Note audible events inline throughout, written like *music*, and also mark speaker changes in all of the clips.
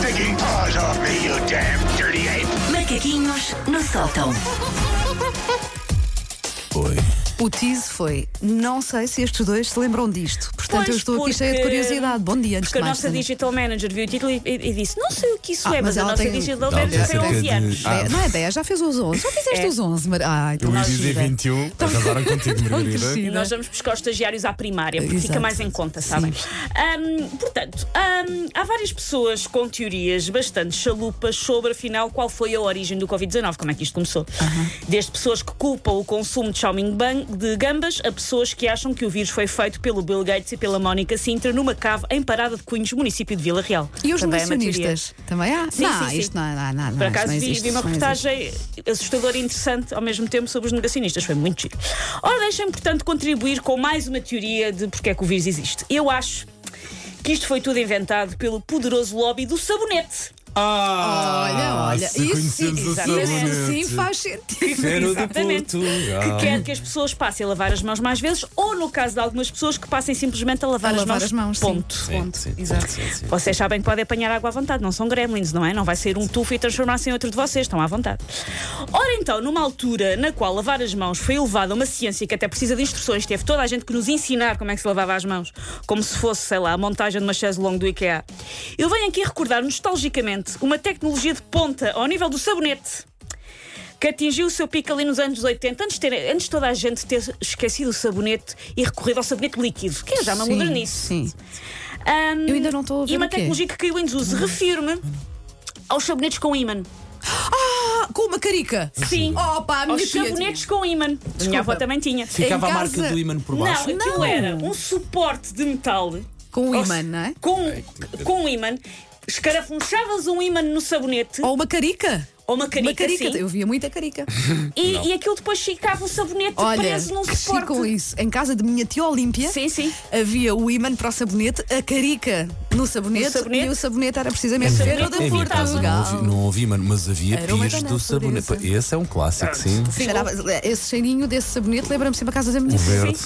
Speaker 1: taking paws off me, you damn dirty ape!
Speaker 2: Macaquinhos no sótão.
Speaker 3: Oi.
Speaker 4: O tease foi, não sei se estes dois se lembram disto. Portanto, eu
Speaker 5: Pois,
Speaker 4: estou aqui
Speaker 5: porque-
Speaker 4: cheia de curiosidade. Bom dia, antes
Speaker 5: Porque
Speaker 4: de
Speaker 5: a
Speaker 4: mais.
Speaker 5: nossa
Speaker 4: Sandra.
Speaker 5: digital manager viu o título e, e- e disse: Não sei o que isso
Speaker 4: Ah,
Speaker 5: é,
Speaker 4: mas
Speaker 5: mas, a
Speaker 4: ela
Speaker 5: nossa
Speaker 4: tem-
Speaker 5: digital
Speaker 3: Ela
Speaker 5: manager
Speaker 3: tem
Speaker 5: tem 11
Speaker 3: cerca de-
Speaker 5: anos.
Speaker 3: Ah.
Speaker 4: É, não é 10, já fez os 11. Já fizeste
Speaker 5: É.
Speaker 4: os Ah, 11. Mar... Ai,
Speaker 3: Eu
Speaker 4: tão
Speaker 3: ia dizer
Speaker 4: crescida.
Speaker 3: 21,
Speaker 4: *laughs*
Speaker 3: acabaram contigo, Margarida.
Speaker 4: crescida.
Speaker 5: E nós vamos buscar os estagiários à primária, porque
Speaker 4: Exato.
Speaker 5: fica mais em conta, sabem? Ahm, portanto, ahm, há várias pessoas com teorias bastante chalupas sobre, afinal, qual foi a origem do Covid-19, como é que isto começou. Desde pessoas que culpam o consumo de Xiaoming ban- de gambas a pessoas que acham que o vírus foi feito pelo Bill Gates e pela Mónica Sintra numa cave em Parada de Cunhos, município de Vila Real.
Speaker 4: E os
Speaker 5: Também é uma teoria.
Speaker 4: negacionistas? Também há?
Speaker 5: Sim,
Speaker 4: não,
Speaker 5: sim, sim.
Speaker 4: isto não, não, não, não.
Speaker 5: Por
Speaker 4: isto
Speaker 5: acaso
Speaker 4: não
Speaker 5: vi,
Speaker 4: existe,
Speaker 5: vi uma
Speaker 4: isto não existe.
Speaker 5: reportagem assustadora e interessante ao mesmo tempo sobre os negacionistas. Foi muito giro. Ora, deixem-me, portanto, contribuir com mais uma teoria de porque é que o vírus existe. Eu acho que isto foi tudo inventado pelo poderoso lobby do sabonete.
Speaker 4: Olha,
Speaker 3: Ah,
Speaker 4: olha.
Speaker 3: se
Speaker 4: Isso sim,
Speaker 3: conhecemos o
Speaker 4: isso sim
Speaker 3: sabonete.
Speaker 4: faz sentido.
Speaker 3: Cheiro de Ah,
Speaker 5: Exatamente.
Speaker 3: Portugal.
Speaker 5: Que quer que as pessoas passem a lavar as mãos mais vezes, ou no caso de algumas pessoas, que passem simplesmente a lavar,
Speaker 4: A lavar as mãos, sim.
Speaker 5: Ponto.
Speaker 3: Sim, sim,
Speaker 4: Exato.
Speaker 3: sim, sim.
Speaker 5: Vocês sabem que podem apanhar água à vontade, não são gremlins, não é? Não vai ser um tufo e transformar-se em outro de vocês, estão à vontade. Ora então, numa altura na qual lavar as mãos foi elevada a uma ciência que até precisa de instruções, teve toda a gente que nos ensinar como é que se lavava as mãos, como se fosse, sei lá, a montagem de uma chaise longue do IKEA. Eu venho aqui recordar nostalgicamente uma tecnologia de ponta ao nível do sabonete. Que atingiu o seu pico ali nos anos 80, antes de, ter- antes de toda a gente ter esquecido o sabonete e recorrido ao sabonete líquido, que é já uma
Speaker 4: Sim,
Speaker 5: modernice.
Speaker 4: Sim.
Speaker 5: Ahm,
Speaker 4: Eu ainda não estou a ver
Speaker 5: E uma
Speaker 4: o quê.
Speaker 5: tecnologia que caiu em desuso. Refiro-me aos sabonetes com ímã.
Speaker 4: Ah, com uma carica.
Speaker 5: Sim.
Speaker 4: Opa, a minha
Speaker 5: aos
Speaker 4: filha-
Speaker 5: sabonetes com ímã. Minha avó também tinha.
Speaker 4: Ficava a marca do
Speaker 3: ímã por
Speaker 5: Não, aquilo era um suporte de metal.
Speaker 4: Com um
Speaker 5: Ou se-
Speaker 4: imã, não é?
Speaker 5: Com, com um ímã. Escarafunchavas um ímã no sabonete,
Speaker 4: Ou uma carica.
Speaker 5: ou uma carica,
Speaker 4: Oh, uma carica.
Speaker 5: assim,
Speaker 4: Eu via muita
Speaker 5: *laughs*
Speaker 4: carica.
Speaker 5: e, e aquilo depois ficava o sabonete
Speaker 4: Olha,
Speaker 5: preso num
Speaker 4: cresci com
Speaker 5: suporte.
Speaker 4: isso. Em casa de minha tia Olímpia
Speaker 5: Sim, sim.
Speaker 4: havia o ímã para o sabonete, a carica no sabonete,
Speaker 5: No sabonete.
Speaker 4: e o sabonete era precisamente
Speaker 5: sabonete
Speaker 4: Pedro da
Speaker 5: é
Speaker 4: Portugal.
Speaker 5: evitável.
Speaker 3: não ouvi, não ouvi, mano, mas havia
Speaker 4: Aroma
Speaker 3: pias
Speaker 4: da
Speaker 3: do
Speaker 4: natureza.
Speaker 3: sabonete. Pá, Esse é um
Speaker 4: Ah,
Speaker 3: clássico, sim.
Speaker 4: Cheirava- eh, esse cheirinho desse sabonete lembra-me sempre a casa da minha
Speaker 3: O
Speaker 4: tia.
Speaker 3: verde.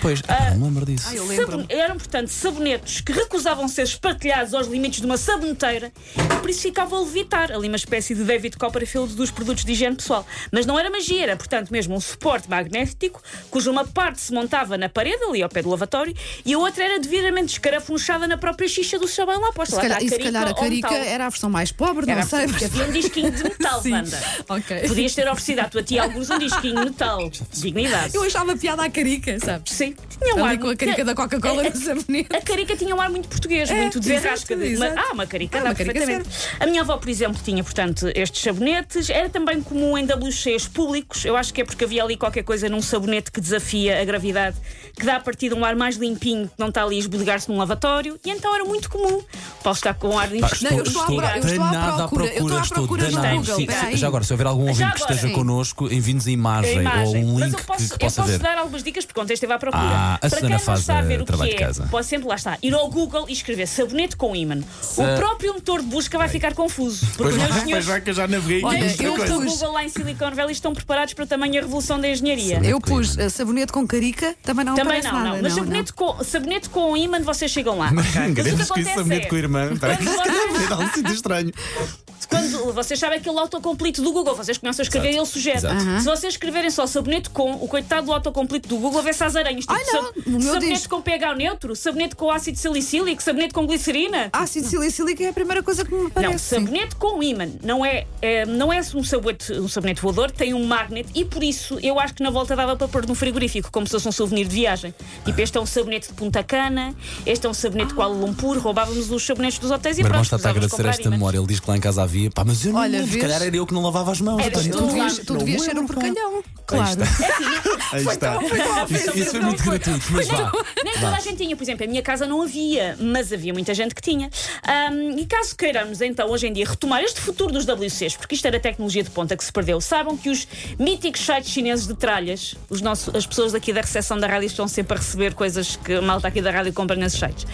Speaker 3: Pois, ah, não me lembro disso.
Speaker 4: Ah, eu
Speaker 5: Sabon-
Speaker 4: lembro-me.
Speaker 5: Eram, portanto, sabonetes que recusavam ser espartilhados aos limites de uma saboneteira e por isso ficavam a levitar, ali uma espécie de David Copperfield dos produtos de higiene pessoal. Mas não era magia, era, portanto, mesmo um suporte magnético cuja uma parte se montava na parede, ali ao pé do lavatório, e a outra era devidamente escarafunchada na própria xixa do sabão lá posta.
Speaker 4: Se
Speaker 5: Lá
Speaker 4: calhar,
Speaker 5: está
Speaker 4: e se calhar a
Speaker 5: ou
Speaker 4: carica
Speaker 5: metal.
Speaker 4: era a versão mais pobre,
Speaker 5: Era
Speaker 4: não sei.
Speaker 5: porque havia um disquinho de
Speaker 4: *laughs*
Speaker 5: metal,
Speaker 4: Sim.
Speaker 5: banda.
Speaker 4: Ok.
Speaker 5: Podias ter oferecido à tua tia alguns um disquinho de
Speaker 4: *laughs*
Speaker 5: metal. Dignidade.
Speaker 4: Eu achava piada à carica, sabes?
Speaker 5: Sim, tinha um
Speaker 4: Ali
Speaker 5: ar
Speaker 4: com a
Speaker 5: muito-
Speaker 4: carica da Coca-Cola
Speaker 5: A-
Speaker 4: no sabonete.
Speaker 5: A carica tinha um ar muito português,
Speaker 4: É,
Speaker 5: muito de
Speaker 4: exato,
Speaker 5: rasca. de-
Speaker 4: exato.
Speaker 5: mas- Ah, uma carica,
Speaker 4: Ah,
Speaker 5: dá
Speaker 4: uma carica
Speaker 5: perfeitamente. A minha avó, por exemplo, tinha, portanto, estes sabonetes. Era também comum em WCs públicos. Eu acho que é porque havia ali qualquer coisa num sabonete que desafia a gravidade, que dá a partir de um ar mais limpinho, que não está ali a esbodegar-se num lavatório. E então era muito comum. Paulo está com um ar de
Speaker 4: Não, eu estou à pro- eu estou à
Speaker 3: danado
Speaker 4: procura, eu estou à procura no
Speaker 3: danado.
Speaker 4: Google,
Speaker 3: Sim,
Speaker 4: peraí.
Speaker 3: sim, já agora, se houver algum ouvinte que
Speaker 5: agora.
Speaker 3: esteja
Speaker 4: Sim.
Speaker 3: connosco, envie-nos a
Speaker 5: É a
Speaker 3: imagem,
Speaker 5: imagem.
Speaker 3: ou um
Speaker 5: Mas
Speaker 3: link
Speaker 5: eu posso,
Speaker 3: que, que possa
Speaker 5: eu posso
Speaker 3: ver.
Speaker 5: dar algumas dicas porque ontem esteve à procura.
Speaker 3: Ah, a
Speaker 5: Para
Speaker 3: Susana
Speaker 5: quem não
Speaker 3: faz,
Speaker 5: está a
Speaker 3: eh,
Speaker 5: ver o
Speaker 3: trabalho
Speaker 5: que
Speaker 3: de
Speaker 5: é,
Speaker 3: casa.
Speaker 5: pode sempre lá está, ir ao Google e escrever sabonete com ímã. O próprio motor de busca vai ficar confuso. Porque meus senhores,
Speaker 1: que eu já naveguei
Speaker 4: Olha,
Speaker 5: Desde
Speaker 4: eu
Speaker 5: que o
Speaker 4: pus-
Speaker 5: Google lá em Silicon Valley estão preparados para também a revolução da engenharia.
Speaker 3: Sim.
Speaker 4: Eu pus eh, sabonete com carica, também não
Speaker 5: Também
Speaker 4: aparece
Speaker 5: não,
Speaker 4: nada.
Speaker 5: não. Mas sabonete, Com, sabonete com ímã vocês chegam lá. Mas o que
Speaker 3: Queremos que isso
Speaker 5: acontece
Speaker 3: sabonete
Speaker 5: é,
Speaker 3: com a irmã. Parece
Speaker 5: quando vocês-
Speaker 3: que dá um *laughs* sítio estranho.
Speaker 5: Quando vocês sabem aquele autocomplete do Google, vocês começam a escrever e ele sugere.
Speaker 3: Exato.
Speaker 5: Se vocês escreverem só sabonete com, o coitado do autocomplete do Google vê-se às aranhas. Tipo,
Speaker 4: Ai, não,
Speaker 5: sab-
Speaker 4: o meu
Speaker 5: sabonete
Speaker 4: diz.
Speaker 5: com pH neutro, sabonete com ácido salicílico, sabonete com glicerina.
Speaker 4: Ácido salicílico é a primeira coisa que me
Speaker 5: Não,
Speaker 4: aparece. sim.
Speaker 5: sabonete com ímã não é, é, não é um sabonete, um sabonete voador, tem um magnet e por isso eu acho que na volta dava para pôr num frigorífico, como se fosse um souvenir de viagem. Tipo, este é um sabonete de Punta Cana, este é um sabonete de Kuala Lumpur, roubávamos os sabonetes dos hotéis e
Speaker 3: O meu irmão
Speaker 5: pronto,
Speaker 3: está a
Speaker 5: precisávamos
Speaker 3: agradecer
Speaker 5: comprar
Speaker 3: esta
Speaker 5: ímãs.
Speaker 3: memória. Ele diz que lá em casa havia. Pá, mas eu não
Speaker 4: Olha,
Speaker 3: lembro. Se
Speaker 4: vês?
Speaker 3: calhar era eu que não lavava as mãos.
Speaker 5: Eras
Speaker 3: António.
Speaker 5: tu.
Speaker 4: Tu devias, tu
Speaker 3: Não
Speaker 4: devias ser um
Speaker 3: lembro, pá.
Speaker 4: porcalhão.
Speaker 3: Aí
Speaker 4: Claro. *laughs*
Speaker 3: está. Aí está. Isso- Isso foi muito gratuito, mas vá.
Speaker 5: *laughs* Nem toda a gente tinha, por exemplo, a minha casa não havia, mas havia muita gente que tinha. Ahm, e caso queiramos, então, hoje em dia, retomar este futuro dos WCs, porque isto era tecnologia de ponta que se perdeu, sabem que os míticos sites chineses de tralhas, os nossos, as pessoas daqui da recepção da rádio estão sempre a receber coisas que a malta aqui da rádio compra nesses sites.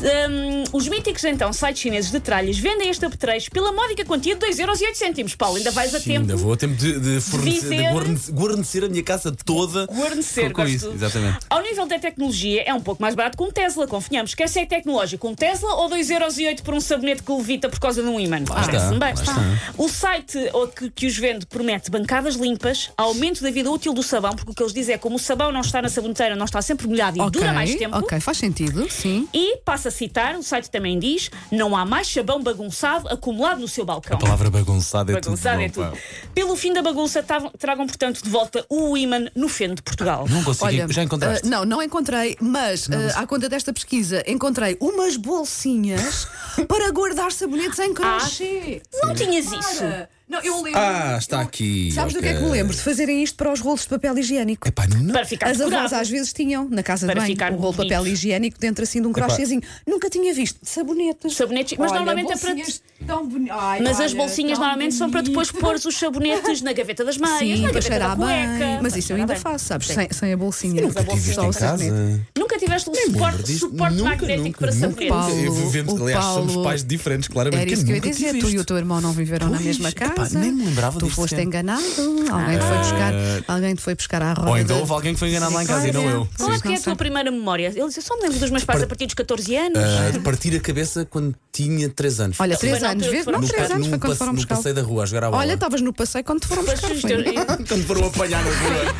Speaker 5: Ahm, os míticos, então, sites chineses de tralhas vendem este apetrecho pela módica módica quantia de 2,08€. Paulo, ainda vais a
Speaker 3: Sim,
Speaker 5: tempo.
Speaker 3: Ainda vou a tempo de, de fornecer, de
Speaker 5: dizer-
Speaker 3: guarne- guarnecer a minha casa toda
Speaker 5: Guarnecer,
Speaker 3: com, com
Speaker 5: gosto
Speaker 3: isso.
Speaker 5: de-
Speaker 3: Exatamente.
Speaker 5: Ao nível da tecnologia, é um pouco mais barato que um Tesla, convenhamos. Quer ser tecnológico, um Tesla ou 2,08€ por um sabonete que levita por causa de um imã?
Speaker 3: Lá está, lá
Speaker 5: Parece-me bem.
Speaker 3: está.
Speaker 5: O site ou que, que os vende promete bancadas limpas, aumento da vida útil do sabão, porque o que eles dizem é como o sabão não está na saboneteira, não está sempre molhado e
Speaker 4: Ok,
Speaker 5: dura mais tempo.
Speaker 4: Ok, faz sentido, sim.
Speaker 5: E, passo a citar, o site também diz: não há mais sabão bagunçado acumulado no seu balcão.
Speaker 3: A palavra bagunçada é
Speaker 5: Bagunçado é
Speaker 3: tudo. bom,
Speaker 5: tudo.
Speaker 3: pá.
Speaker 5: Pelo fim da bagunça, tavam- tragam, portanto, de volta o imã no feno de Portugal.
Speaker 3: Ah, Não consigo.
Speaker 4: Olha,
Speaker 3: já encontraste?
Speaker 4: ah, não, não encontrei, mas ah, à conta desta pesquisa encontrei
Speaker 3: *laughs*
Speaker 4: umas bolsinhas para guardar sabonetes
Speaker 5: Ah,
Speaker 4: em crochê.
Speaker 5: Não tinhas isso.
Speaker 4: Não, eu lembro.
Speaker 3: Ah, está aqui.
Speaker 4: Sabes do que é que me
Speaker 3: ok.
Speaker 4: lembro? De fazerem isto para os rolos de papel higiênico.
Speaker 3: Epá, não.
Speaker 5: Para ficar
Speaker 4: As avós
Speaker 5: decorado.
Speaker 4: às vezes tinham na casa
Speaker 5: Para
Speaker 4: de banho
Speaker 5: ficar
Speaker 4: um rolo de papel
Speaker 5: bonito.
Speaker 4: higiênico dentro assim de um crochêzinho. Nunca tinha visto de sabonetes.
Speaker 5: Sabonetes, mas normalmente é para-
Speaker 4: para tão boni... Ai,
Speaker 5: Mas as
Speaker 4: olha,
Speaker 5: bolsinhas
Speaker 4: tão
Speaker 5: normalmente são para depois
Speaker 4: bonito.
Speaker 5: pôr os sabonetes na gaveta das meias,
Speaker 4: Sim,
Speaker 5: na
Speaker 4: para
Speaker 5: gaveta da
Speaker 4: cheirar
Speaker 5: cueca.
Speaker 4: bem. Mas
Speaker 5: para
Speaker 4: isso eu ainda
Speaker 5: cheirar bem.
Speaker 4: fação, sabes?
Speaker 5: Sim.
Speaker 4: sem, sem a bolsinha.
Speaker 5: nunca
Speaker 4: Só
Speaker 5: tive isto
Speaker 4: o
Speaker 5: em
Speaker 4: sabonete.
Speaker 5: Nunca tiveste um
Speaker 3: Lembro
Speaker 5: suporte,
Speaker 3: disto?
Speaker 5: suporte
Speaker 3: Nunca,
Speaker 5: magnético
Speaker 3: nunca,
Speaker 5: para
Speaker 3: nunca.
Speaker 5: sabonetes.
Speaker 4: Paulo,
Speaker 3: Vivemos,
Speaker 4: o
Speaker 3: aliás, somos
Speaker 4: Paulo-
Speaker 3: pais diferentes, claramente.
Speaker 4: Era isso que eu ia
Speaker 3: nunca tive
Speaker 4: dizer. Tu e o
Speaker 3: isto.
Speaker 4: teu irmão não viveram na
Speaker 3: Pois,
Speaker 4: mesma
Speaker 3: epá,
Speaker 4: casa.
Speaker 3: nem me lembrava
Speaker 4: Tu
Speaker 3: disto,
Speaker 4: foste
Speaker 3: sim.
Speaker 4: enganado. Alguém te foi buscar. Alguém te foi buscar à roda.
Speaker 3: Ou então
Speaker 4: da-
Speaker 3: houve alguém que foi enganado lá em casa e não eu.
Speaker 5: Qual é
Speaker 4: Sim.
Speaker 5: que é a tua primeira memória? Ele disse, eu só me lembro dos meus pais a partir dos 14 anos.
Speaker 3: Ah, de partir a cabeça quando tinha 3 anos.
Speaker 4: Olha,
Speaker 5: Foi
Speaker 4: três
Speaker 5: na
Speaker 4: anos.
Speaker 5: altura
Speaker 4: Vês?
Speaker 5: que
Speaker 4: Não,
Speaker 5: foram
Speaker 3: No
Speaker 4: três
Speaker 3: pa-
Speaker 4: anos
Speaker 3: num
Speaker 4: foi quando
Speaker 3: passe-
Speaker 4: foram
Speaker 3: num
Speaker 4: buscar.
Speaker 3: passeio da rua a jogar a bola.
Speaker 4: Olha, estavas no passeio quando te foram
Speaker 5: Depois
Speaker 4: buscar.
Speaker 5: os
Speaker 4: foi.
Speaker 5: teus-
Speaker 3: Quando foram apanhar na rua.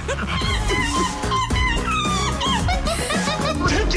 Speaker 1: Take